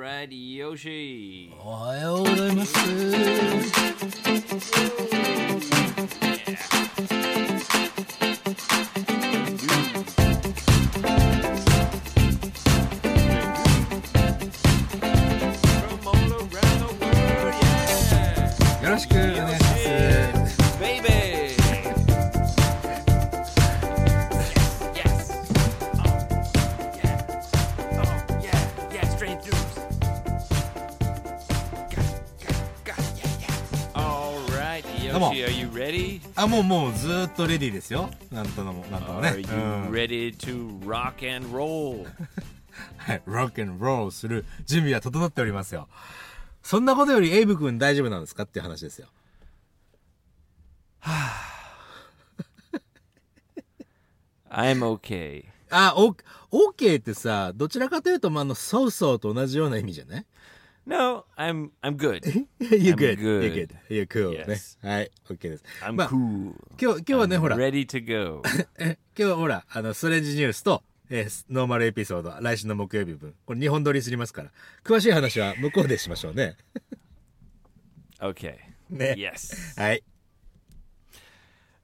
ラリヨシおはようございます。 From all around the world, yeah. よろしくお願いします。 Baby. Yes. Oh, yeah. Oh, yeah. Yeah, straight throughs. Got, got, got. Yeah, yeah. All right, Come on. Yoshi, are you ready? あ、もうもうずーっとレディーですよ。なんとのも、なんともね。 Are うん you ready to rock and roll? はい、ロックンロールする準備は整っておりますよ。そんなことよりエイブ君大丈夫なんですかっていう話ですよ。 I'm okay. あ、オーオーケーってさ、どちらかというと、まあ、あの、そうそうと同じような意味じゃない No, I'm I'm good. ?You're good. You're good. You're cool. Yes. ね。はい、オッケーです。 I'm まあ cool. 今日、今日はね、ほら、 Ready to go. え今日はほら、あの、ストレンジニュースと、えースノーマルエピソード、来週の木曜日分、これ2本撮りすりますから、詳しい話は向こうでしましょうね。 Okay. ね。 Yes. はい。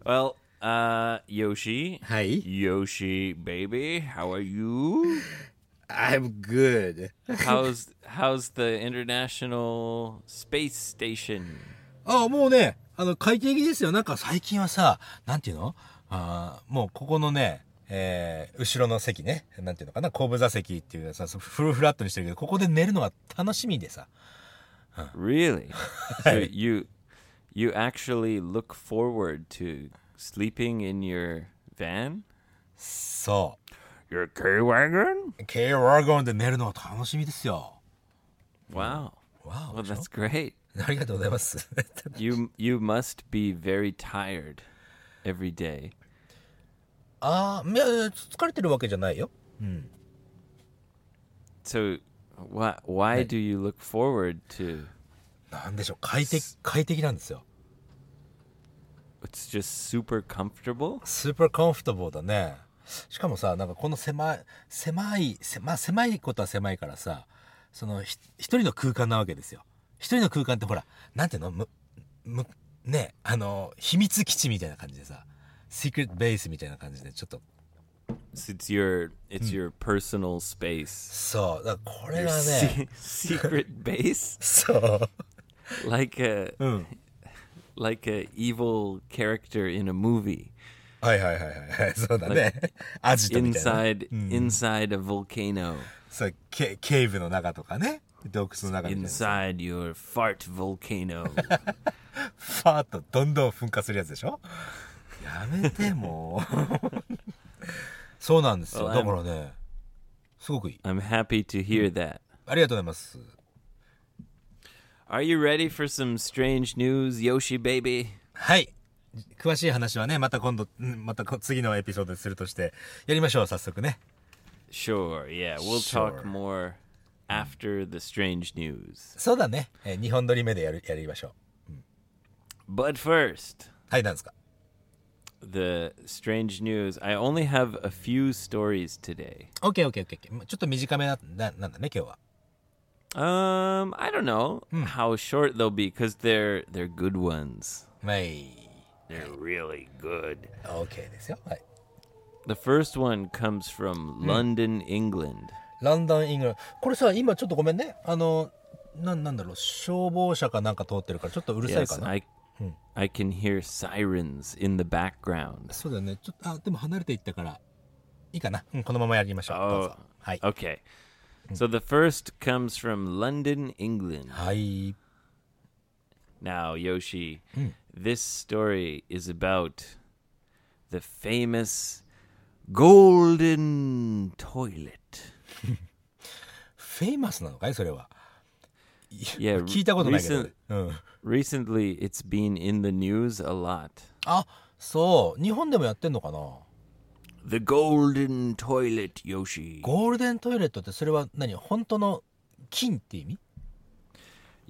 Well, uh, Yoshi. はい。 Yoshi, baby, how are you? I'm good. How's how's the International Space Station? あ、もうね、あの、快適ですよ。なんか最近はさ、なんていうのあーもうここのね、えー後ろの席ね、なんていうのかな、後部座席っていうさ、フルフラットにしてるけど、ここで寝るのが楽しみでさ。 Really? So you you actually look forward to sleeping in your van? そ Your K wagon? う。K ワゴンで寝るのが楽しみですよ。 Wow. わ Well, お。 that's great. ありがとうございます。 You you must be very tired every day. ああ、いやいや、疲れてるわけじゃないよ。 So why why do you look forward to なんでしょう、快適、快適なんですよ。 it's just super comfortable? スーパーコンフォートだね。しかもさ、なんかこの狭い、狭い、せまあ狭いことは狭いからさ、そのひ一人の空間なわけですよ。一人の空間ってほら、なんていうのむ、む、ね、あの、秘密基地みたいな感じでさ、シークレットベースみたいな感じで、ちょっと、 It's, it's your it's your personal space. そう、だからこれ Your が se- ね、 secret base? そう、 Like a うん。 like a evil character in a movie. はいはいはいはい、そう だね。アジトみたいな。 Inside inside a volcano. そうケケーブの中とかね洞窟の中みたいなフ Inside your fart volcano. ァーッとどんどん噴火するやつでしょやめてもう そうなんですよだからねすごくいい I'm happy to hear that. ありがとうございます Are you ready for some strange news, Yoshi baby? はい詳しい話はねまた今度うんまたこ次のエピソードにするとしてやりましょう早速ね Sure, yeah. We'll Sure. talk more after the strange news. そうだね、え2本撮り目でやるやりましょう But first, はいなんですか the strange news. I only have a few stories today. OKOKOK ちょっと短めなななんだね今日は Um, I don't know how short they'll be cuz they're they're good ones. はい They're really good. OK ですよはい The first one comes from London, England. ランダンイングランドこれさ今ちょっとごめんねあのなんなんだろう消防車かなんか通ってるからちょっとうるさい Yes, かな、 I I can hear sirens in the background. そうだよねちょっとあでも離れていったからいいかな、うん、このままやりましょうどうぞはい、 Okay. So the first comes from London, England. はい、 Now, Yoshi, this story is about the famous golden toilet. フェイマスなのかいそれは Yeah, 聞いたことないけど、 recent- うん、 recently it's been in the news a lot. あそう日本でもやってんのかな The golden toilet, Yoshi. ゴールデントイレットってそれは何本当の金って意味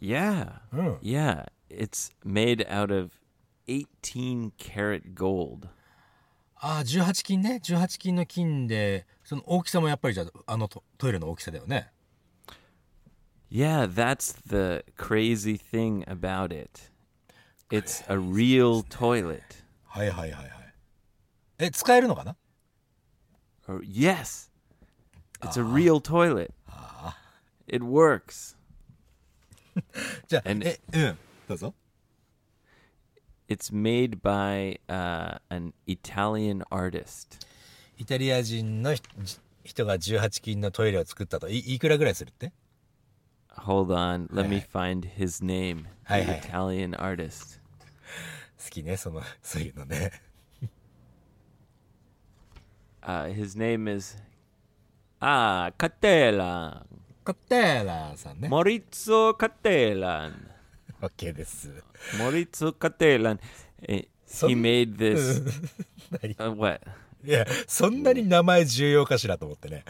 yeah. うん Yeah, it's made out of 18 karat gold. ああ18金ね18金の金でその大きさもやっぱりじゃああのトトイレの大きさだよね Yeah, that's the crazy thing about it. It's a real toilet. はいはいはいはいえ使えるのかな Or, yes, it's Ah. a real toilet. It works. じゃあ And- えうんどうぞ It's made by uh, an Italian artist. イタリア人のひ人が18金のトイレを作ったといいくらぐらいするって Hold on, let me Hey. find his name. Hey, the hey. Italian artist. 好きねその そういうのね Uh, his name is Ah Cattelan, カッテーラさんね Maurizio Cattelan. オッケーです Maurizio Cattelan. Eh, He Some- made this. 何 Uh, what? いやそんなに名前重要かしらと思ってね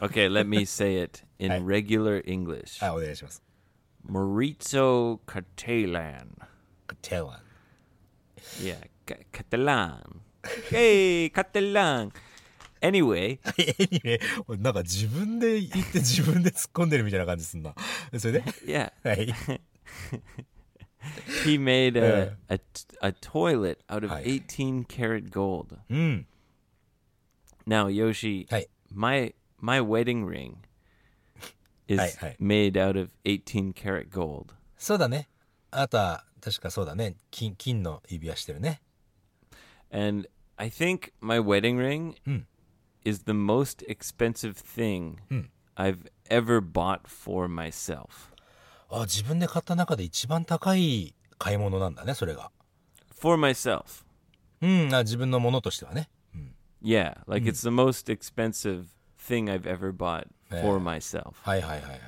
Okay, let me say it in Hey. regular English. あお願いします Maurizio Cattelan. カッテー ラ Yeah, C- Catalan. Hey, Catalan. Anyway, えにね俺なんか自分で言って自分で突っ込んでるみたいな感じすんなそれで yeah, はい he made a, Yeah. a, t- a toilet out of Hi. 18 Hmm. karat gold. うん Now, Yoshi, はい my my wedding ring is Hi, hi. made out of 18 karat gold. そうだねあとは確かそうだね金金の指輪してるね And I think my wedding ring is the most expensive thing I've ever bought for myself. あ自分で買った中で一番高い買い物なんだねそれが For myself. うんあ自分のものとしてはね Yeah, like it's the most expensive thing I've ever bought for myself. はいはいはいはい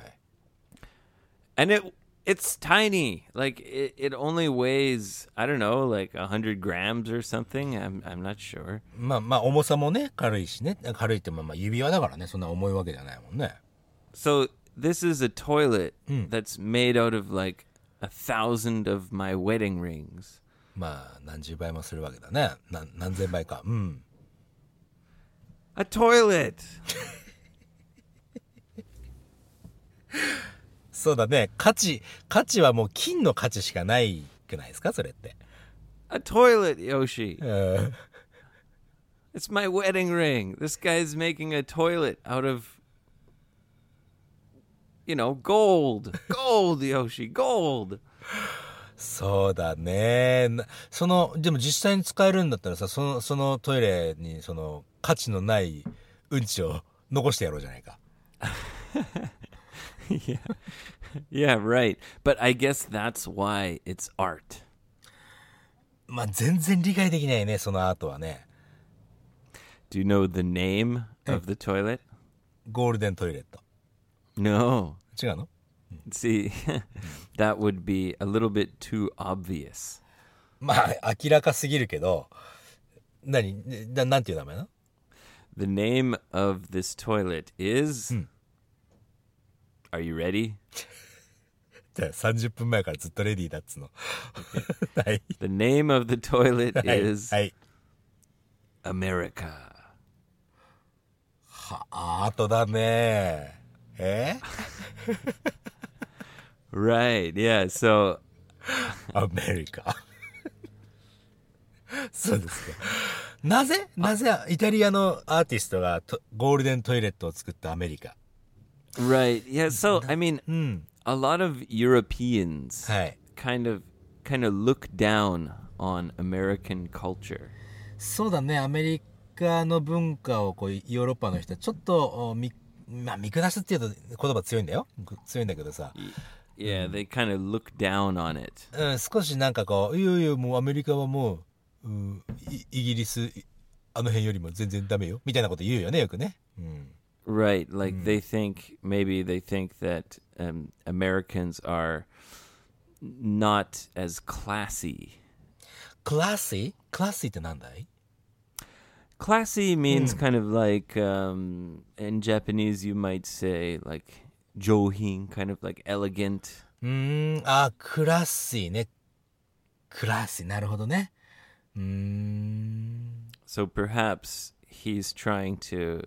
And it it's tiny. Like it, it only weighs, I don't know, like 100 grams or something. I'm I'm not sure. まあまあ重さもね軽いしね軽いってまあまあ指輪だからねそんな重いわけじゃないもんね So this is a toilet that's made out of like a thousand of my wedding rings. まあ何十倍もするわけだねな何千倍かうん A toilet. そうだね価値価値はもう金の価値しかないくないですかそれって A toilet, Yoshi. うん It's my wedding ring. This guy's making a toilet out of you know, gold. Gold, Yoshi, gold. そうだねなそのでも実際に使えるんだったらさそのそのトイレにその価値のないうんちを残してやろうじゃないか Yeah, right. But I guess that's why it's art. まあ全然理解できないねそのアートはね Do you know the name of the toilet? ゴールデントイレット No. 違うの See, that would be a little bit too obvious. まあ明らかすぎるけど何ななんていう名前なの The name of this toilet is. Are you ready? じゃあ30分前からずっとレディーだっつうのはい The name of the toilet はい is はい America. はアートだねえ Right. Yeah. So アメリカ。 そうですか。なぜなぜイタリアのアーティストがとゴールデントイレットを作ったアメリカ。 right. Yeah. So I mean, うん。 a lot of Europeans はい。 kind of kind of look down on American culture. そうだね、アメリカの文化をこうヨーロッパの人はちょっとお見,、まあ、見下すっていうと言葉強いんだよ。強いんだけどさ。 Yeah, they kind of look down on it. うん、少しなんかこう、いやいや、もうアメリカはもう、うん、イイギリス、いあの辺よりも全然ダメよ。みたいなこと言うよね、よくね。うん。 Right. Like they think maybe they think that um, Americans are not as classy. クラッシークラッシーってなんだい Classy means kind of like um, in Japanese you might say like johin, kind of like elegant. うーん、あー、クラッシーね。クラッシー、なるほどね。うーん。 So perhaps he's trying to,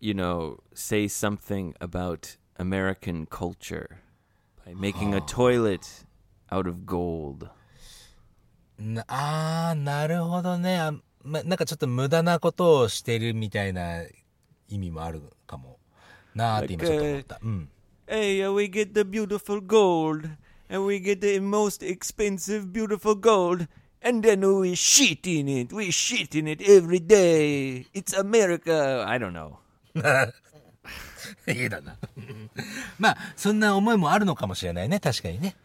you know, say something about American culture by making a toilet out of gold. なあーなるほどねあ、ま、なんかちょっと無駄なことをしてるみたいな意味もあるかもなーって今ちょっと思った、うん、 Hey, uh, we get the beautiful gold, and we get the most expensive beautiful gold, and then we shit in it. We shit in it every day. It's America. I don't know. いいだな まあそんな思いもあるのかもしれないね確かにね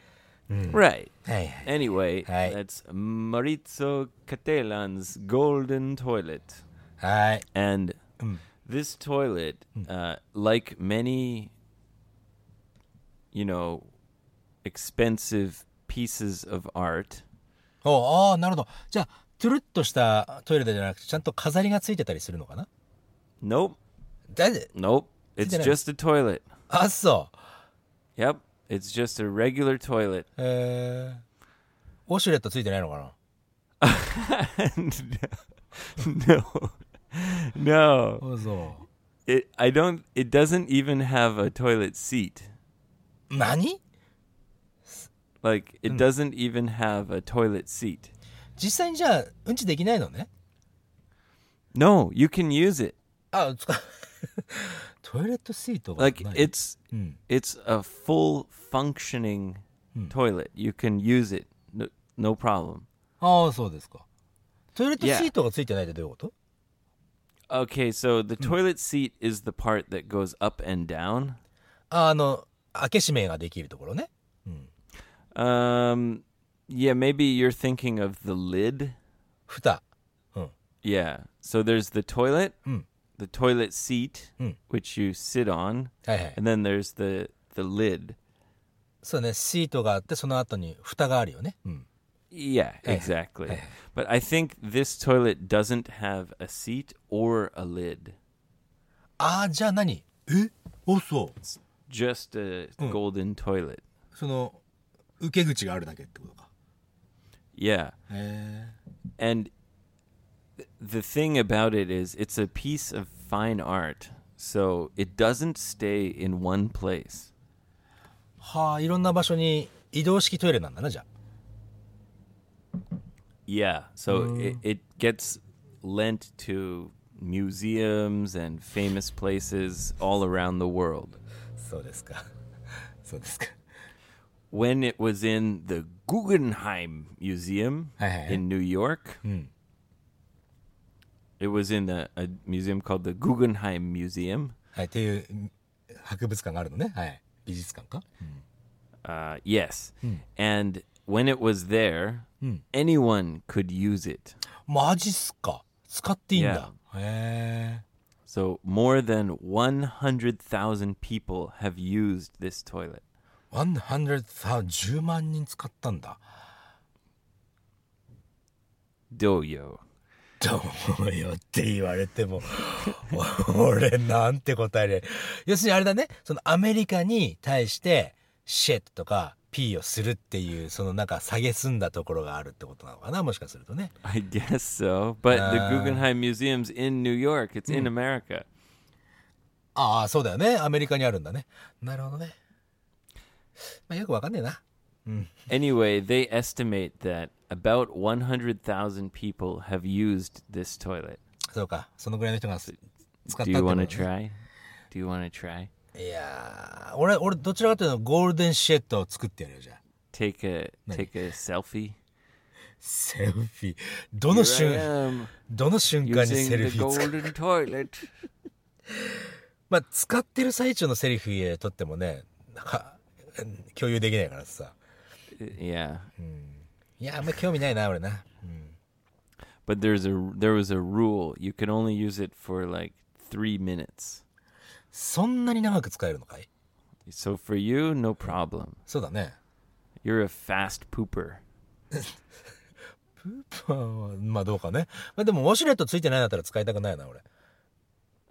Right. はいはい Anyway, Hey. that's Marizzo Catellan's golden toilet. はい、 And this toilet, uh, like many, you know, expensive pieces of art, おああなるほどじゃあトゥルッとしたトイレじゃなくてちゃんと飾りがついてたりするのかな nope, だい nope, it's Didn't I- just a toilet. あそう Yep, it's just a regular toilet. えー、ウォシュレットついてないのかな no, no, あそ it. I don't. It doesn't even have a toilet seat. う何 Like it doesn't even have a toilet seat. 実際にじゃあうんちできないのね No, you can use it. あつか トイレットシートがない Like it's Mm. it's a full functioning toilet. You can use it. No, no problem. ああそうですかトイレットシートがついてないってどういうこと Okay, so the toilet seat is the part that goes up and down. ああの開け閉めができるところね Um yeah, maybe you're thinking of the lid. 蓋 Yeah. So there's the toilet, Mm. the toilet seat, Mm. which you sit on, はいはい and then there's the the lid. そうねシートがあってその後に蓋があるよねうん Yeah, exactly. But I think this toilet doesn't have a seat or a lid. ああじゃあ何えおそう Just a golden toilet. その受け口があるだけってことか Yeah. へえ And th- the thing about it is it's a piece of fine art. So it doesn't stay in one place. はあいろんな場所に移動式トイレなんだなじゃあ Yeah. So Mm. it, it gets lent to museums and famous places all around the world. そうですか そうですか When it was in the Guggenheim Museum Hey, hey, Hmm. hey. in New York, it was in a, a museum called the Guggenheim Museum. はいっていうん博物館があるのねはい美術館か Uh, yes. Hmm. And when it was there, anyone could use it. マジっすか使っていいんだ Yeah. へえ So more than 100,000 people have used this toilet. 110万人使ったんだ Doyo. どうよって言われて も俺なんて答えれる要するにあれだねそのアメリカに対してシェッとか P をするっていうそのなんか下げすんだところがあるってことなのかなもしかするとね I guess so. But the Uh. Guggenheim Museum's in New York. It's in America. ああそうだよねアメリカにあるんだねなるほどね、まあ、よくわかんねえな Anyway, they estimate that about 100,000 people have used this toilet. そうかそのぐらいの人がす使ったっ Do てこ you want と to ね try? Do you want to try? いやー俺俺どちらかというとゴールデンシェットを作ってやるよじゃあ Take a take a selfie. セルフィーど Here の I 瞬 am どの瞬間に using セル the フィー使う golden toilet. まあ、使ってる最中のセリフとってもね、なんか、共有できないからさ。Uh, Yeah. いや、あんまり興味ないな、俺な。 But there's a there was a rule. You can only use it for like 3 minutes. そんなに長く使えるのかい So for you, no problem. そうだね。 You're a fast pooper. まあ、どうかね。まあ、でも、ウォシュレットついてないんだったら使いたくないな、俺。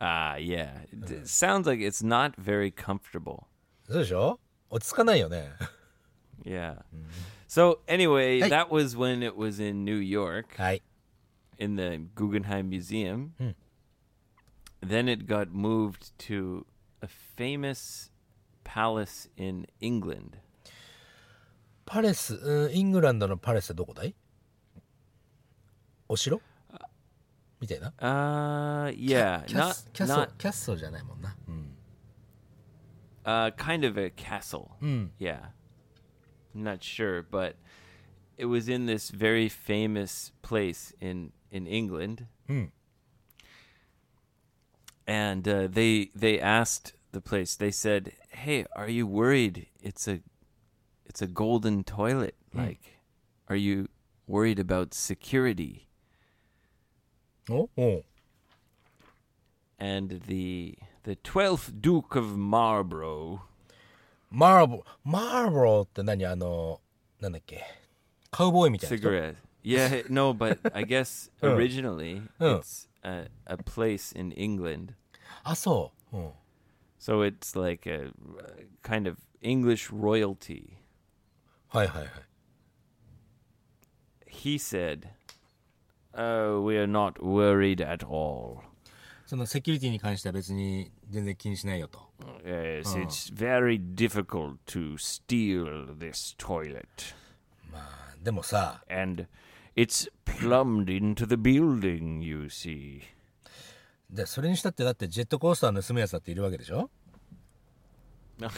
Ah, yeah. It it sounds like it's not very comfortable. そうでしょ落ち着かないよね。 Yeah. So anyway, Hey. that was when it was in New York はい。 in the Guggenheim Museum. Then it got moved to a famous palace in England? パレス、うん、イングランドのパレスってどこだいお城みたいな Uh, yeah, キャッ not スキャッソ not キャッソじゃないもんな、うん、 uh, kind of a castle. Yeah, I'm not sure, but it was in this very famous place in in England, and uh, they they asked the place. They said, "Hey, are you worried? It's a it's a golden toilet. Like, are you worried about security?" おおう And the the twelfth Duke of Marlborough. マーボマーボローって何あのなんだっけカウボーイみたいな人 cigarette. Yeah, no, but I guess originally Oh. it's a, a place in England. あそう、うん、 So it's like a uh, kind of English royalty. はいはいはい He said, "Oh, we are not worried at all. そのセキュリティに関しては別に全然気にしないよと Yes, it's very difficult to steal this toilet, でもさ and it's plumbed into the building, you see." でそれにしたってだってジェットコースター盗むやつだっているわけでしょ、 yeah,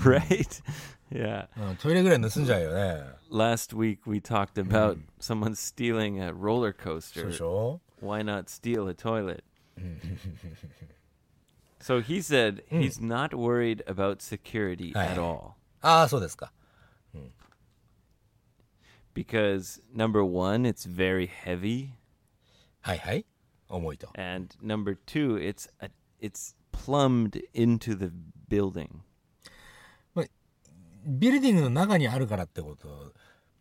right. Yeah. うん、トイレぐらい盗んじゃうよね last week we talked about someone stealing a roller そう coaster. でしょ Why not steal a toilet? so he said he's not worried about security Aye. at all ああそうですか because number 1 it's very heavy はいはい重いと and number 2 it's a, it's plumbed into the building. ビルディングの中にあるからってこと、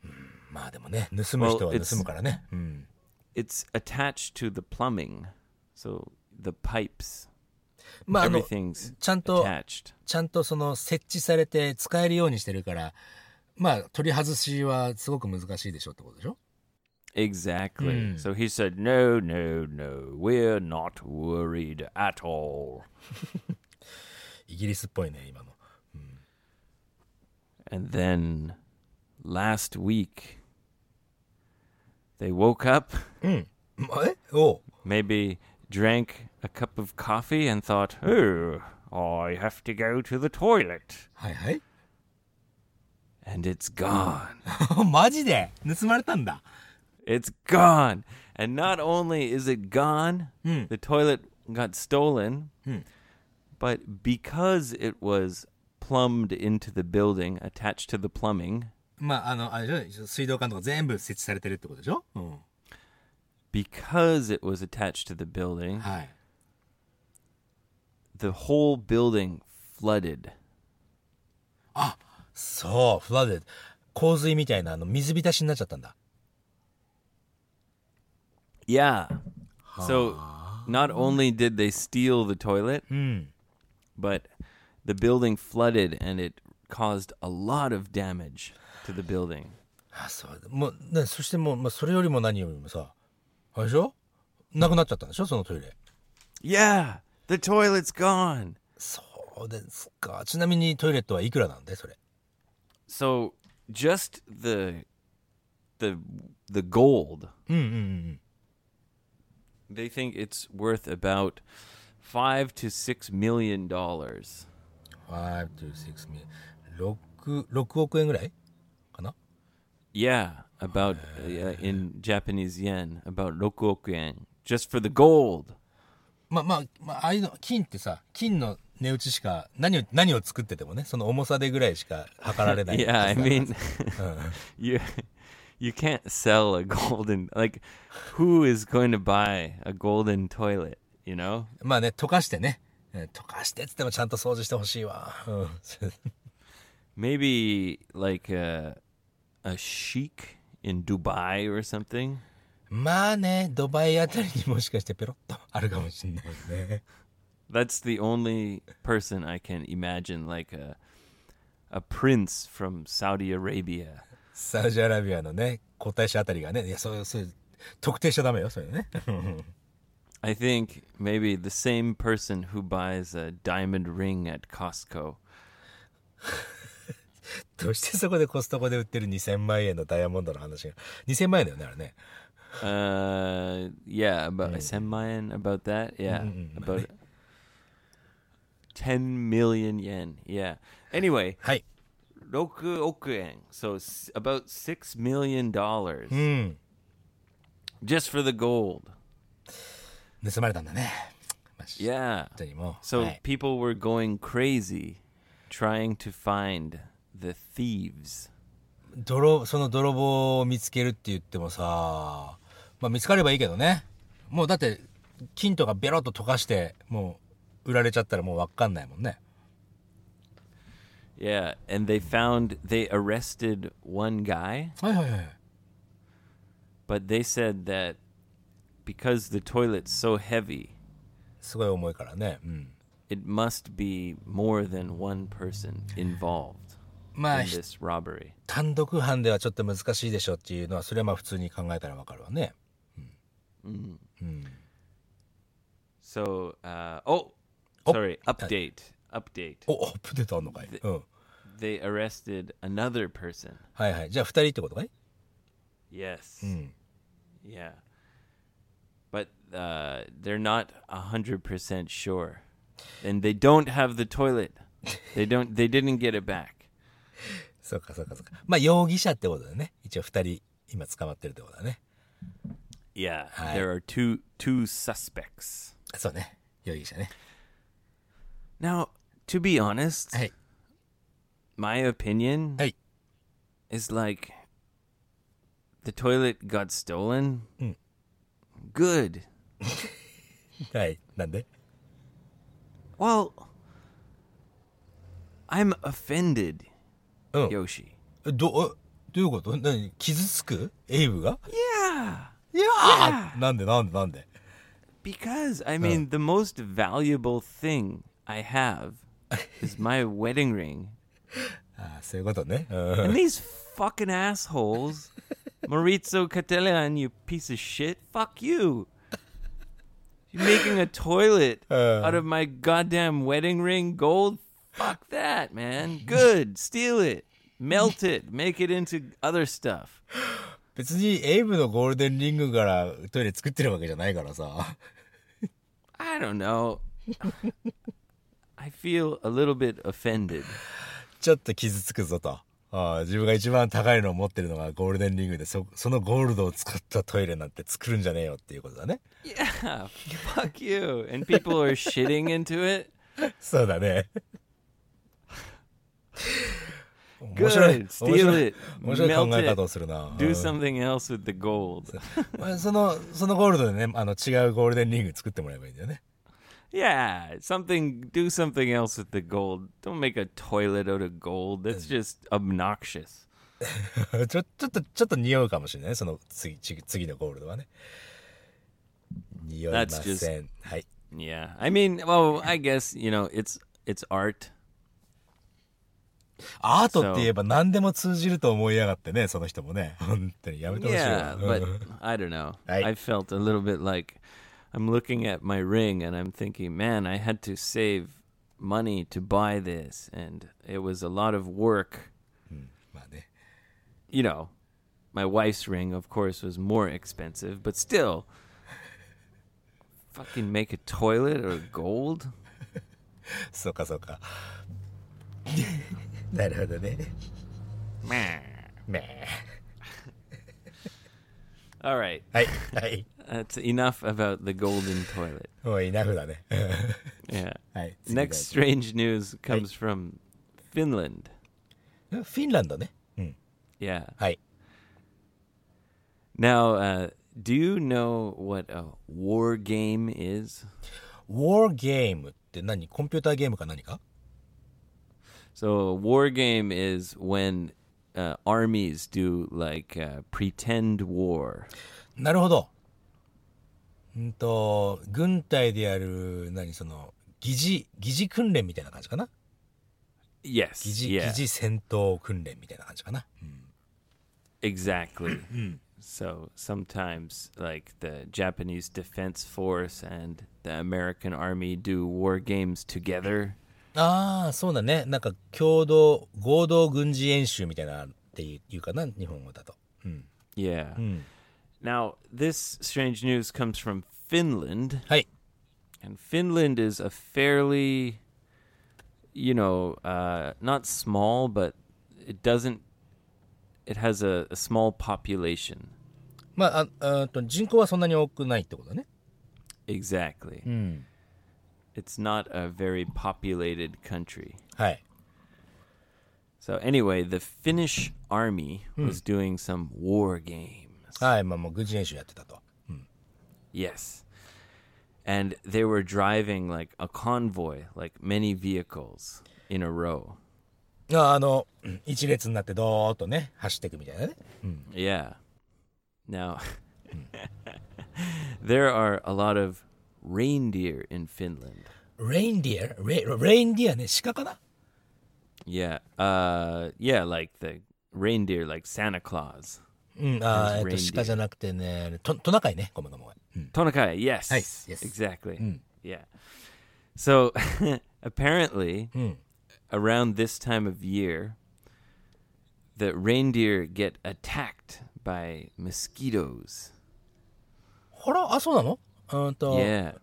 うんまあでもね盗む人は Well, it's- 盗むからね、うん、 It's attached to the plumbing. So the pipes まああの everything's ちゃんと attached. ちゃんとその設置されて使えるようにしてるからまあ取り外しはすごく難しいでしょうってことでしょ Exactly. So he said, No, no, no, we're not worried at all. イギリスっぽいね今の And then last week, they woke up, まえおう maybe drank a cup of coffee, and thought, Oh, I have to go to the toilet. はいはい And it's gone. マジで盗まれたんだ It's gone. And not only is it gone, the toilet got stolen, but because it was plumbed into the building, attached to the plumbing, まああのあれでしょ水道管とか全部設置されてるってことでしょ、うん、 because it was attached to the building, はい the whole building flooded. そうフラデ洪水みたいなあの水浸しになっちゃったんだ Yeah. So not only did they steal the toilet, but the building flooded and it caused a lot of damage to the building. あそうもう、ね、そしてもう、まあ、それよりも何よりもさあれでしょなくなっちゃったんでしょそのトイレ Yeah, the toilet's gone. そうですかちなみにトイレットはいくらなんでそれ So just the the the gold. They think it's worth about five to six million dollars. 5 to 6 million 6, 6億円ぐらいかな Yeah, about uh, yeah, in Japanese yen, about roku yen, just for the gold. まあまあ、まあ、ああいうの金ってさ金の値打ちしか何を何を作っててもねその重さでぐらいしか測られない Yeah, I はずだ mean, you you can't sell a golden like who is going to buy a golden toilet? You know, まあね溶かしてねうん溶かしてっつってもちゃんと掃除してほしいわ、うん、 maybe like a a sheik in Dubai or something. まあねドバイあたりにもしかしてペロッとあるかもしんないね That's the only person I can imagine, like a a prince from Saudi Arabia. サウジアラビアのね皇太子あたりがねいやそうそういう特定しちゃダメよそれね I think maybe the same person who buys a diamond ring at Costco. どうしてそこでコストコで売ってる2000万円のダイヤモンドの話が2000万円だよねあれね Uh, yeah, about I send mine about that. Yeah, about ten million yen. Yeah. Anyway, はい6億円 So s- about six million dollars うん just for the gold. 盗まれたんだねまあ Yeah. 本当にもう So はい people were going crazy trying to find the thieves. 泥その泥棒を見つけるって言ってもさまあ見つかればいいけどねもうだって金とかベロッと溶かしてもう売られちゃったらもう分かんないもんね Yeah, and they found they arrested one guy, はいはいはい but they said that because the toilet's so heavy, すごい重いからねうん it must be more than one person involved まあ in this robbery. 単独犯ではちょっと難しいでしょっていうのはそれはまあ普通に考えたら分かるわね So, uh, oh, Oh, sorry, uh, update, update. おアップデートあんのかいうん They arrested another person. はいはいじゃあ2人ってことかい Yes. うん Yeah. But uh, they're not hundred percent sure, and they don't have the toilet. they don't. They didn't get it back. そうかそうかそうかまあ容疑者ってことだね一応2人今捕まってるってことだね Yeah. Hi. There are two two suspects. そうね容疑者ね Now, to be honest, はい my opinion Hey. is like the toilet got stolen. Good. はいなんで Well, I'm offended, うん Yoshi. えど、えどういうこと何傷つくエイブが Yeah. いやなんでなんでなんで Because I mean, the most valuable thing I have is my wedding ring, あーそういうことね。うん。 and these fucking assholes, Maurizio Cattelan, you piece of shit, fuck you. You're making a toilet out of my goddamn wedding ring, gold. Fuck that, man. Good, steal it, melt it, make it into other stuff. 別にエイブのゴールデンリングからトイレ作ってるわけじゃないからさ。 I don't know. I feel a little bit offended. ちょっと傷つくぞと。あー自分が一番高いのを持ってるのがゴールデンリングでそ、そのゴールドを使ったトイレなんて作るんじゃねえよっていうことだね。 Yeah, fuck you. And people are shitting into it. そうだね。面白い。面 Good. 白い Steal it. 面白い考 Melt え方を it. するな。う Do ん something else with the gold. まあその、そのゴールドでね、あの違うゴールデンリング作ってもらえばいいんだよね。 Yeah, something. Do something else with the gold. Don't make a toilet out of gold. That's just obnoxious. ちょ、ちょっと、ちょっと匂うかもしれない。その次、次次のゴールドはね。匂いま That's just- せん。はい。 Yeah, I mean, well, I guess you know, it's it's art. アートって言えば何でも通じると思いやがってね、その人も ね。本当にやめてほしいわ Yeah, うん but I don't know. Right. I felt a little bit like I'm looking at my ring and I'm thinking, man, I had to save money to buy this, and it was a lot of work. まあね。 You know, my wife's ring, of course, was more expensive, but still, fucking make a toilet or gold. そうかそうか。 なるほどね。 Meh. ね All right, はい。はい。 that's enough about the golden toilet. もうイナフだね。 Yeah. はい。次どう Next ぞ strange news comes from Finland. フィンランドね。うん。 Yeah. はい。 Now, uh, do you know what a war game is? ウォーゲームって何コンピューターゲームか何か So, a war game is when uh, armies do like uh, pretend war. なるほど。うんと、軍隊でやる、何その、疑似、疑似訓練みたいな感じかな Yes. 疑似、 yeah. 疑似戦闘訓練みたいな感じかな。 Exactly. so sometimes, like the Japanese Defense Force and the American Army do war games together. ああ、そうだね。なんか、共同、合同軍事演習みたいなっていうかな、日本語だと。うん。 Yeah. うん。Hmm. Now, this strange news comes from Finland, はい。 and Finland is a fairly, you know, uh, not small, but it doesn't. It has a, a small population. まあ、あ、あと人口はそんなに多くないってことだね。 Exactly. うん。 It's not a very populated country. はい。 So anyway, the Finnish army was doing some war games. はい、まあもう軍事演習やってたと。 Yes. And they were driving like a convoy, like many vehicles in a row. ああの、うん一列になってどーっとね、走っていくみたいなね。 Yeah. Now, there are a lot of reindeer in Finland. レインディアレレインディアね、鹿かな Yeah. Uh yeah, like the reindeer like Santa Claus. うん、ああ、えっと Reindeer、鹿じゃなくてね、トトナカイね。ごめんごめんごめん。 Tonakai, yes. Hey, yes. Exactly. Yeah. So apparently around this time of year the reindeer get attacked by mosquitoes. ほら、あ、そうなのうんと、 Yeah.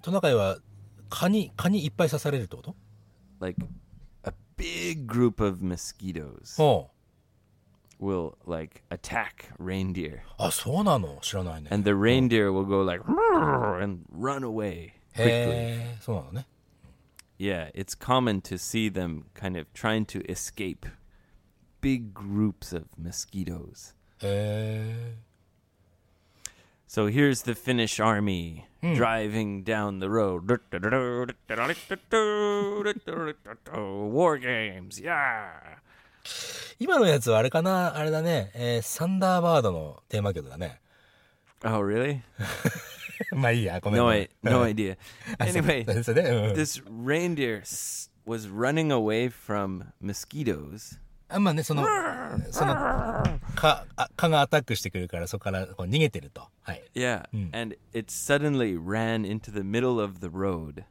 トナカイは蚊に、蚊にいっぱい刺されるってこと Like a big group of mosquitoes ほう will like attack reindeer あ、そうなの知らないね。 and the reindeer will go like "Roar," and run away quickly. へえ、そうなのね。 Yeah, it's common to see them kind of trying to escape big groups of mosquitoes. へ So here's the Finnish army driving down the road. War games, yeah. え。今のやつはあれかなあれだね。えーサンダーバードのテーマ曲だね。 Oh, really? まあいいや、ごめん No, ごめん。 I, no idea. あ そう Anyway, それでうん this reindeer s- was running away from mosquitoes. あまあね、その、その、蚊、あ蚊がアタックしてくるから、そこからこう逃げてると。はい。 Yeah, and it suddenly ran into the middle of the road.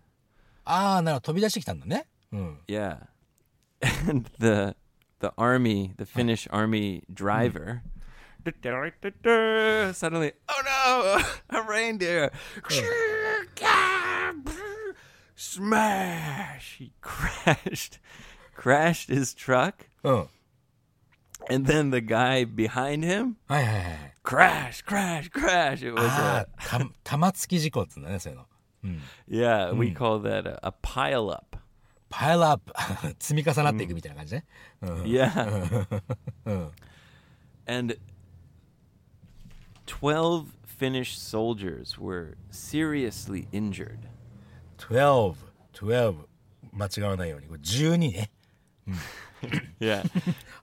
ああ、なるほど。飛び出してきたんだね。うん。 Yeah, and the the army, the Finnish army driver, suddenly, oh no, a reindeer! Smash! He crashed, crashed his truck, うん。はい and then the guy behind him, はいはいはい。 crash, crash, crash. It was a ああ、た、 玉突き事故っつうんだね、そういうの。 yeah, we call that a, a pile up. パイルアップ。 積み重なっていくみたいな感じね。うん。 Yeah. and 12 Finnish soldiers were seriously injured. 12、12。間違わないように。これ12ね。 Yeah.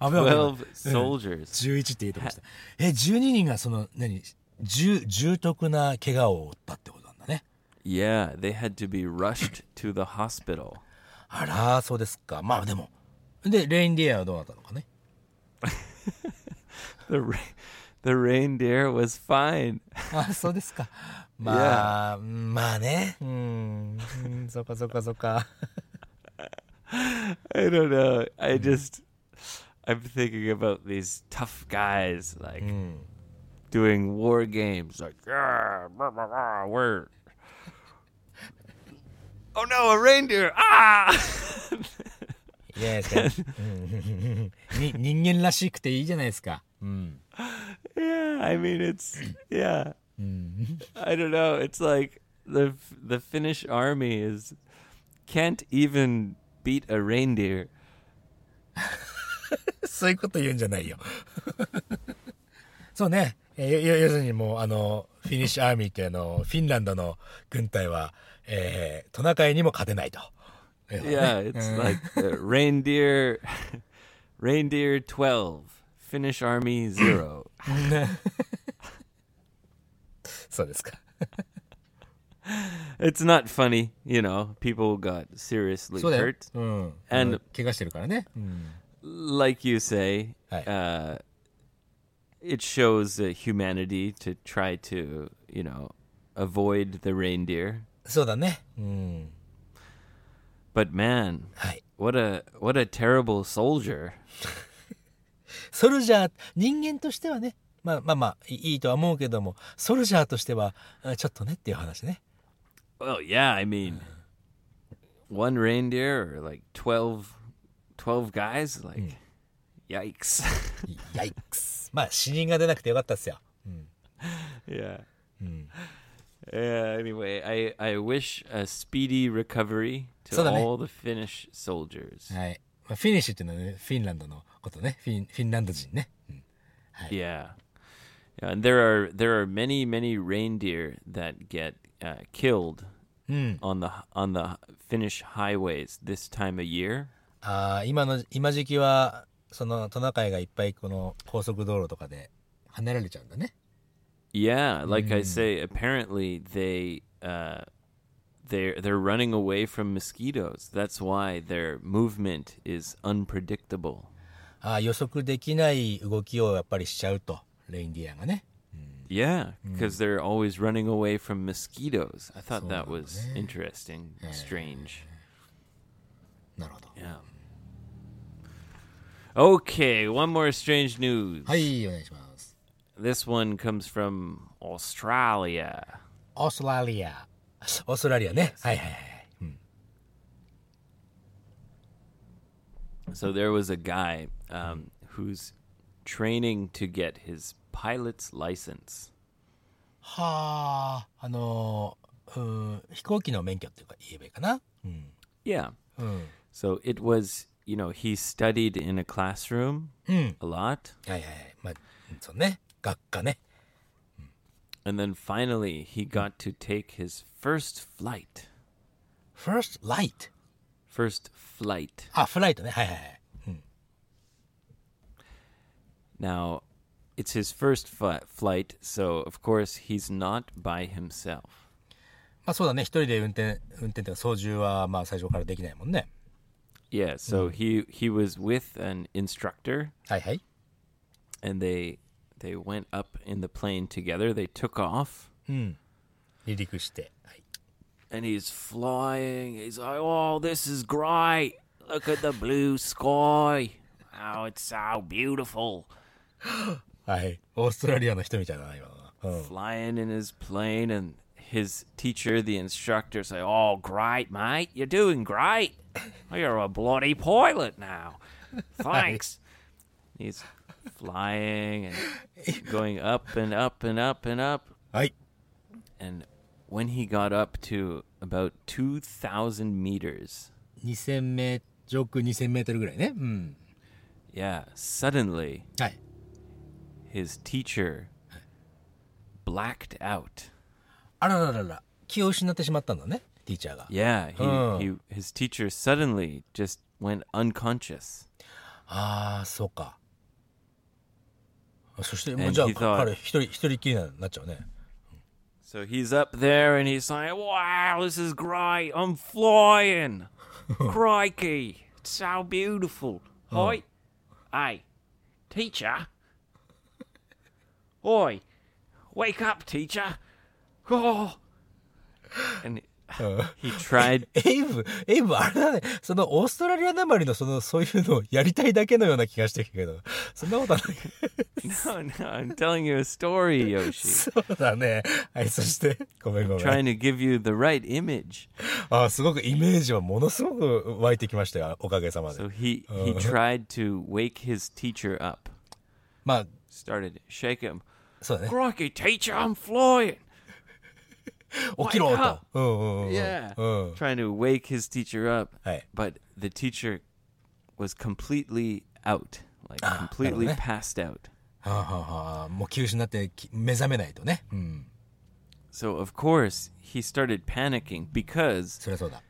危ない危ない。 12 soldiers. 11って言うとこでした。え、12人がその、何、重、重篤な怪我を負ったってことなんだね。 Yeah, they had to be rushed to the hospital. あら、そうですか。まあでも。で、レインディアはどうなったのかね。 The re- the reindeer was fine. あ、そうです か。まあ、まあね。うん。うんそっかそっかそっか。 I don't know. I just I'm thinking about these tough guys like doing war games like "Ah, "Yeah, rah, rah, rah, we're Oh no, a reindeer. Ah いやいやいやうん に人間らしくていいじゃないですか。うん。 Yeah, I mean it's yeah. I don't know. It's like the the Finnish army is can't even beat a reindeer. そういうこと言うんじゃないよ。そうね。えーよ要するにもう、あの、フィニッシュアーミーっていうの、フィンランドの軍隊は、えートナカイにも勝てないと。 Yeah, it's like the reindeer, reindeer twelve, Finnish army zero. そうですか。 it's not funny, you know. People got seriously そうだよ hurt,。うん。 And- 怪我してるからね。うん。 like you say. Hi. Uh, it shows uh, humanity to try to, you know, avoid the reindeer. そうだね。うん。 But man, はい。 what a what a terrible soldier. ソルジャー、人間としてはね、まあまあまあ、いいいとは思うけども、ソルジャーとしては、あちょっとねっていう話ね。 Well, yeah, I mean, one reindeer or like 12, 12 guys, like, yikes. やいくす。まあ、死人が出なくてよかったっすよ。 yeah. Yeah, anyway, I, I wish a speedy recovery to そうだね。 all the Finnish soldiers. はい。まあ、フィニッシュっていうのはね、フィンランドのことね。フィン、フィンランド人ね。うん Yeah. yeah. And there are there are many many reindeer that get uh, killed on the on the Finnish highways this time of year. ああ、今の、今時期は、そのトナカイがいっぱいこの高速道路とかで跳ねられちゃうんだね。 Yeah, like I say, apparently they uh, they they're running away from mosquitoes. That's why their movement is unpredictable. ああ、予測できない動きをやっぱりしちゃうと。レインディアがね。 Yeah, because they're always running away from mosquitoes. I thought that was interesting, strange. なるほど。 Yeah. Okay, one more strange news. はい、お願いします。 This one comes from Australia. オーストラリア。オーストラリアね。はいはいはい。 So there was a guy um, who's training to get his pilot's license. はあ、あのー、うーん飛行機の免許っていうか言えばいいかな。うん。 Yeah. うん。 So it was, you know, he studied in a classroom うん。 a lot. はいはいはい。まあ、そうね。学科ね。 And then finally, he got to take his first flight. first light. First flight. あ、フライトね。はいはいはい。 Now, it's his first fi- flight, so of course he's not by himself. まあそうだね。一人で運転、運転というか操縦はまあ最初からできないもんね。 Yeah, so he he was with an instructor, はいはい。 and they they went up in the plane together. They took off, 離陸して。はい。 and he's flying. He's like, "Oh, this is great! Look at the blue sky! Oh, it's so beautiful!" はい。オーストラリアの人みたいだな、今のは。うん。 Flying in his plane, and his teacher, the instructor, say, "Oh, great, mate! You're doing great. You're a bloody pilot now. Thanks." He's flying and going up and up and up and up. はい。 And when he got up to about 2,000 meters, 2000メートル、上空2000メートルぐらいね。うん。 yeah, suddenly はい。 his teacher blacked out. あらららら。気を失ってしまったんだね。ティーチャーが。 Yeah, he, Huh. he his teacher suddenly just went unconscious. ああ、そうか。あそして、も And うじゃあ he、thought- 彼一人、一人きりになっちゃうね。 So he's up there and he's like, "Wow, this is great! I'm flying! Crikey, it's so beautiful!" Hi, hey, teacher! Oi, wake up, teacher! Oh, and he tried. エイブ、エイブ、あれだね。その、オーストラリアなまりの、その、そういうのをやりたいだけのような気がしてるけど、そんなことはない。 No, no, I'm telling you a story, Yoshi. そうだね。はい、そして、ごめんごめん。 Trying to give you the right image. あすごくイメージはものすごく湧いてきましたよ、おかげさまで So。he he tried to wake his teacher up. まあ、 Started to shake him. そうだね。 Crikey, teacher, I'm flying. 起きろ Wake up と。うんうんうん。 Yeah. うん。 Trying to wake his teacher up. はい。 But the teacher was completely out, like completely なるほどね。 passed out. はあ、はあはあ、もう休止になってき目覚めないとね。うん。 So, of course, he started panicking because そりゃそうだ。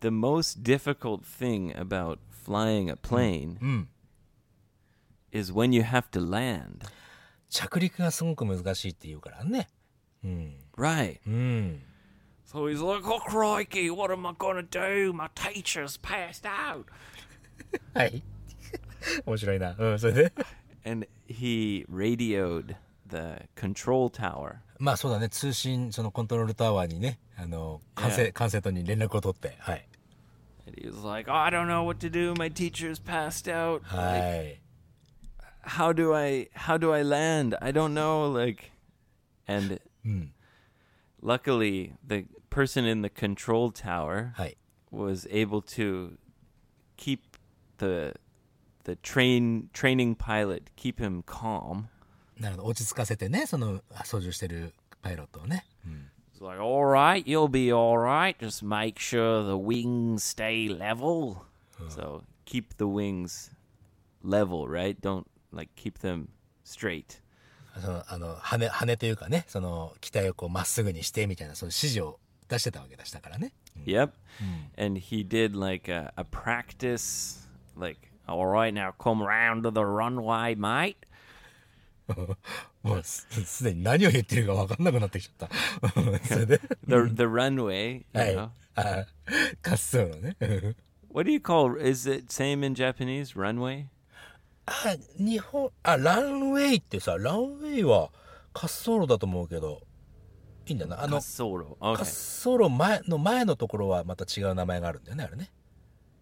the most difficult thing about flying a plane is when you have to land. 着陸がすごく難しいって言うからね。 Right. うん。 So he's like, oh, crikey, what am I going to do? My teacher's passed out. はい。 面白いな。うん、それで。 And he radioed the control tower. まあそうだね、通信、そのコントロールタワーにね、あの、管制、管制塔に連絡を取って、はい。 And he was like, oh, I don't know what to do. My teacher's passed out. は Like, い how do I how do I land? I don't know. Like, and luckily the person in the control tower はい was able to keep the the train training pilot keep him calm. なるほど落ち着かせてねそのあ操縦してるパイロットをね He's like, "All right, you'll be all right. Just make sure the wings stay level. So keep the wings level, right? Don't like keep them straight." そのあの羽羽というかねその機体をこうまっすぐにしてみたいなそういう指示を出してたわけでしたからね Yep. And he did like a, a practice, like, all right, now come round to the runway, mate. もうすすでに何を言ってるか分かんなくなってきちゃったうん それで The the runway. You はい know. あ滑走路ね What do you call? Is it same in Japanese? Runway. あ日本あランウェイってさランウェイは滑走路だと思うけどいいんだなあの Kasoro. 滑 Okay. 走路前の前のところはまた違う名前があるんだよねあれね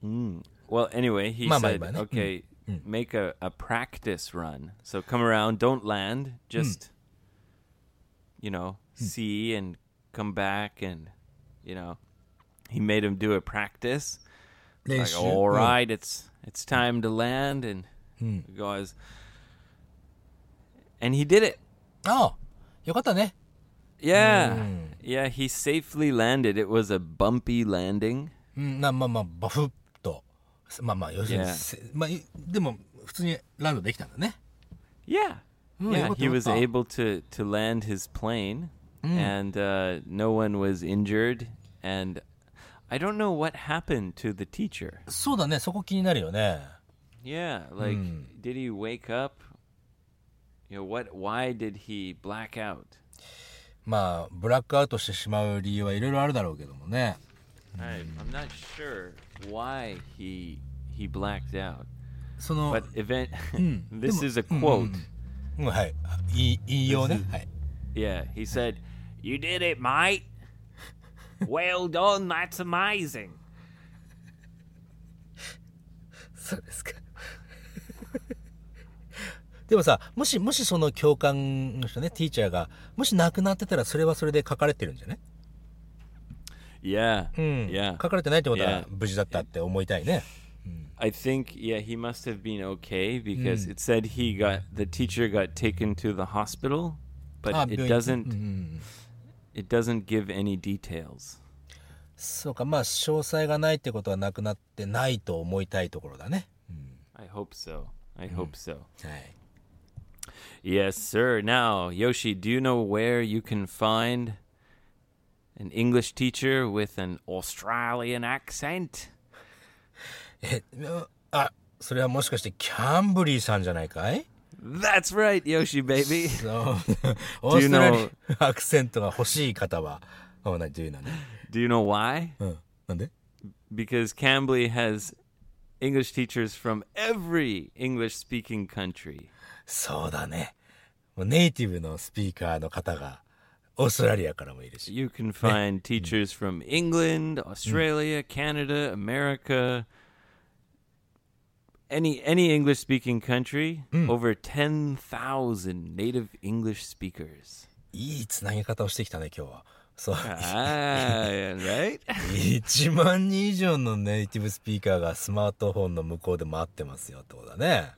Well, anyway, he Ma- ma- said, ma- ne? okay, make a, a practice run. So come around, don't land, just, you know, see and come back. And, you know, he made him do a practice. 練 like 習 all right it's it's time to land and the guys and he did it うんああよかったね yeah yeah he safely landed it was a bumpy landing うんなまあまあバフッとまあまあ要するに、 Yeah. せまあ、いでも普通にランドできたんだね yeah Mm, yeah what he the was fuck? able Mm. to to land his plane and uh, no one was injured and i don't know what happened to the teacher そうだねそこ気になるよね yeah like Hmm. did he wake up you know what why did he black out まあブラックアウトしてしまう理由はいろいろあるだろうけどもね I, Hmm. I'm not sure why he he blacked out, その but event. Hmm. this is a quote. うんはいい引用ねはい Yeah, he said, "You did it, mate. well done. That's amazing." そうですか。 でもさ、もし、もしその教官の人ね、ティーチャーが、もし亡くなってたら、それはそれで書かれてるんじゃない Yeah, うん。 yeah. 書かれてないってことは Yeah.、無事だったって思いたいね。 I think yeah he must have been okay because Hmm. it said he got the teacher got taken to the hospital, but Ah, it doing- doesn't it doesn't give any details. そうか、まあ、詳細がないってことは亡くなってないと思いたいところだね。 I hope so. I Hmm. hope so. はい。 Yes, sir. Now, Yoshi, do you know where you can find an English teacher with an Australian accent? え、あ、それはもしかして、キャンブリーさんじゃないかい That's right, Yoshi, baby. そう。オー you ストラ know- リアアクセントが欲しい方は、あ、な、どういうなんで Do you know why? うん。なんで Because Cambly has English teachers from every English speaking country. そうだね。もうネイティブのスピーカーの方が、オーストラリアからもいるし。 You can find teachers from England, Australia, Canada, America, any any English speaking country, over 10,000 native English speakers. いいつなぎ方をしてきたね、今日は。そう。 ah, right? 1万人以上のネイティブスピーカーがスマートフォンの向こうで待ってますよってことだね。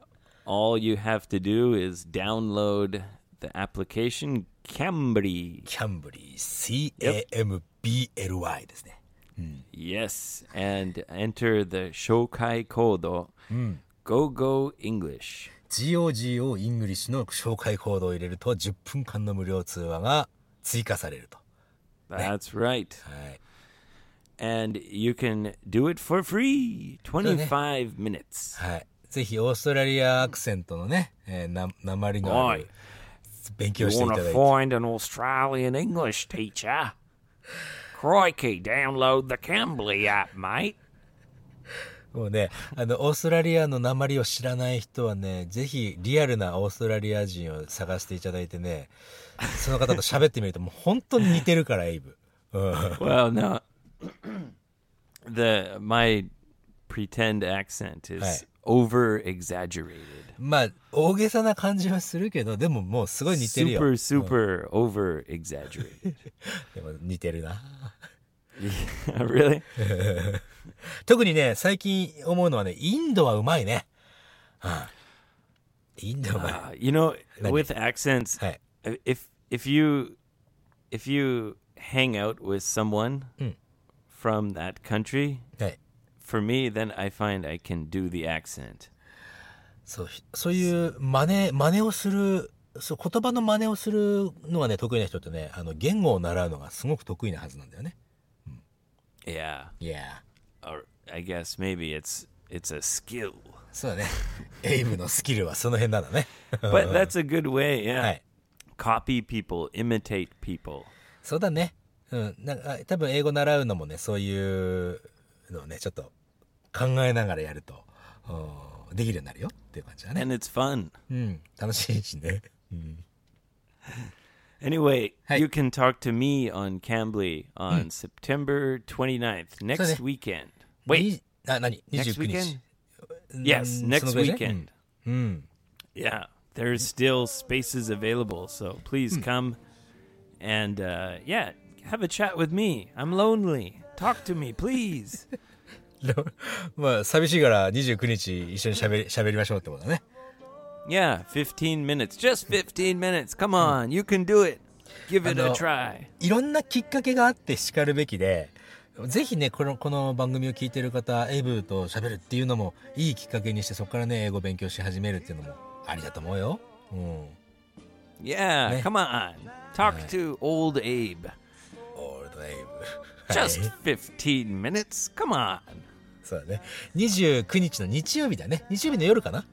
All you have to do is download the application Cambly. キャンブリー CAMBLY ですね。 Yes, and enter the Shokai Kodo. Go Go English. GOGO イングリッシュの紹介コードを入れると10分間の無料通話が追加されると。 That's right. はい。 and you can do it for free 25 minutes はい。ぜひ、オーストラリアアクセントのね、えー、な、鉛のあおいる勉 you 強してい want た to だいて。 find an australian english teacher crikey download the cambly app mate もうね、あの、オーストラリアの鉛を知らない人はね、ぜひリアルなオーストラリア人を探していただいてね、その方と喋ってみると、もう本当に似てるから、エイブ。うん。 well no the my pretend accent is Hey. over exaggerated. まあ、大げさな感じはするけど、でももうすごい似てるよ。 Super super over exaggerated. でも似てるな。 really? 特にね、最近思うのはね、インドはうまいね。うん、インドはうまい。 Uh, you know, with accents, はい。 if if you if you hang out with someone from that country, はい。 for me, then I find I can do the accent. そう、ひそういう真似、真似をする、そう、言葉の真似をするのがね、得意な人ってね、あの、言語を習うのがすごく得意なはずなんだよね。 Yeah, いや or I guess maybe it's it's a skill. ー。そうだね。 エイブのスキルはその辺なんだね。 But that's a good way. Yeah, はい。 copy people, imitate people. そうだね。うん。なんか、あ多分英語習うのもね、そういうのをね、ちょっと考えながらやると、うんできるようになるよっていう感じだね。 and it's fun. うん。楽しいしね。 Anyway, Hey. you can talk to me on Cambly on September 29th, next there. weekend. Wait, に。あ、何 next ?29 weekend? 日。 Yes, うん next そのぐらいじゃ weekend. Yeah, there's still spaces available, so please come and uh, yeah, have a chat with me. I'm lonely. Talk to me, please. うん まあ、寂しいから29日一緒に喋り、喋りましょうってことだね。 yeah, 15 minutes. Just 15 minutes. Come on, you can do it. Give it a Hello. try. いろんなきっかけがあって叱るべきで、ぜひね、この、この番組を聞いてる方、エイブと喋るっていうのもいいきっかけにして、そこからね、英語勉強し始めるっていうのもありだと思うよ。うん。 Yeah, Hey. come on. Talk Alright. to old Abe. オールドエイブ。 Just はい15 minutes. Come on. そうだね。29日の日曜日だね。日曜日の夜かな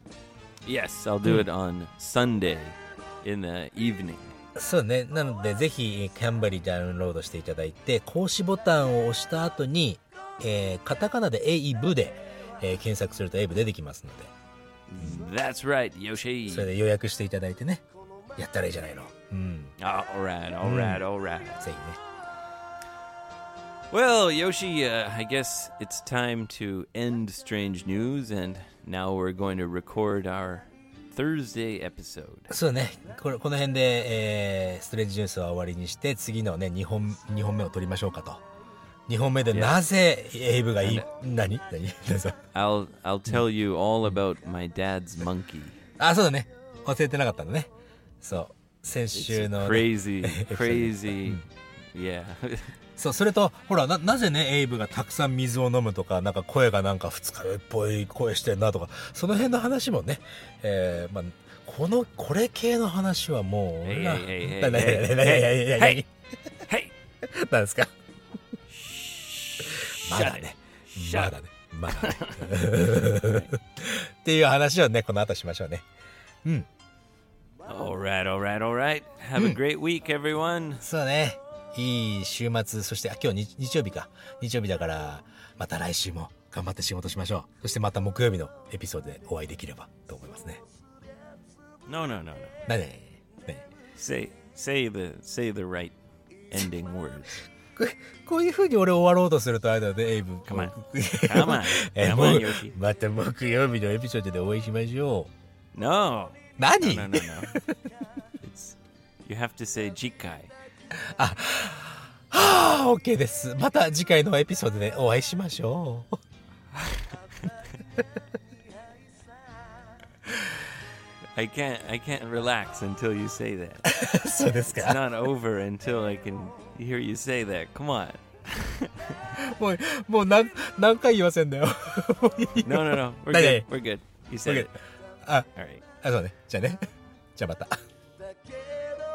Yes, I'll do it on Sunday in the evening. そうね。なので、ぜひ、キャンバリーダウンロードしていただいて、講師ボタンを押した後に、えーカタカナでエイブで、えー検索するとエイブ出てきますので、 That's right, Yoshi. それで予約していただいてね、やったらいいじゃないの。うん。Ah, All right, all right, all right. ぜひね。 Well, Yoshi, uh, I guess it's time to end Strange News, and now we're going to record our Thursday episode. そうね。これ、この辺で、えーストレッチジュースは終わりにして、次のね、2本、二本目を取りましょうかと。2本目でなぜエイブがいい、何何何 ぞ I'll I'll tell you all about my dad's monkey. あ、そうだね。忘れてなかったんだね。そう。先週の、ね。 Crazy, crazy. Yeah. そう、それと、ほら、な、なぜね、エイブがたくさん水を飲むとか、なんか声がなんか二日酔いっぽい声してんなとか、その辺の話もね、えー、まあ、この、これ系の話はもう、えいな、えいえいな、な、な、な、えいな、な、な、な、な、はい hey, なんですかま shut だ it. ね。 Shut ま it. だね。まだね。っていう話をね、この後しましょうね。 All right, all right, all right. Have a great week, everyone. そうね。いい週末、そして、あ、今日日日曜日か。日曜日だから、また来週も頑張って仕事しましょう。そしてまた木曜日のエピソードでお会いできればと思いますね。 No, no, no, no. なね。ね Say, say the, say the right ending words. ここういう風に俺終わろうとするとあれだよね、エイブ。 Come on. こう Come on. え Come も on, う Yoshi. また木曜日のエピソードでお会いしましょう。 No. 何 No, no, no. it's, you have to say jikai. ああ、OK です。また次回のエピソードでお会いしましょう。 I can't, I can't relax until you say that. そうです It's か。 not over until I can hear you say that. Come on. もう、もう何、何回言わせんだよ。もういいよ No, no, no. We're Hey, good. hey. We're good. You said We're it. good. Ah. All right. あ、そうね。じゃあね。 じゃあまた。だけど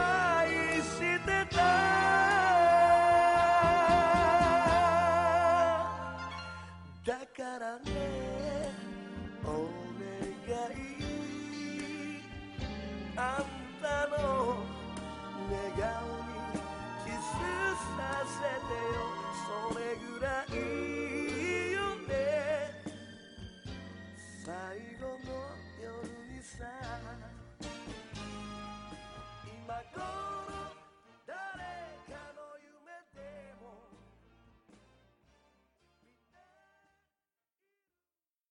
愛してただからねお願いあんたの願顔にキスさせてよそれぐらいよね最後の夜にさ今頃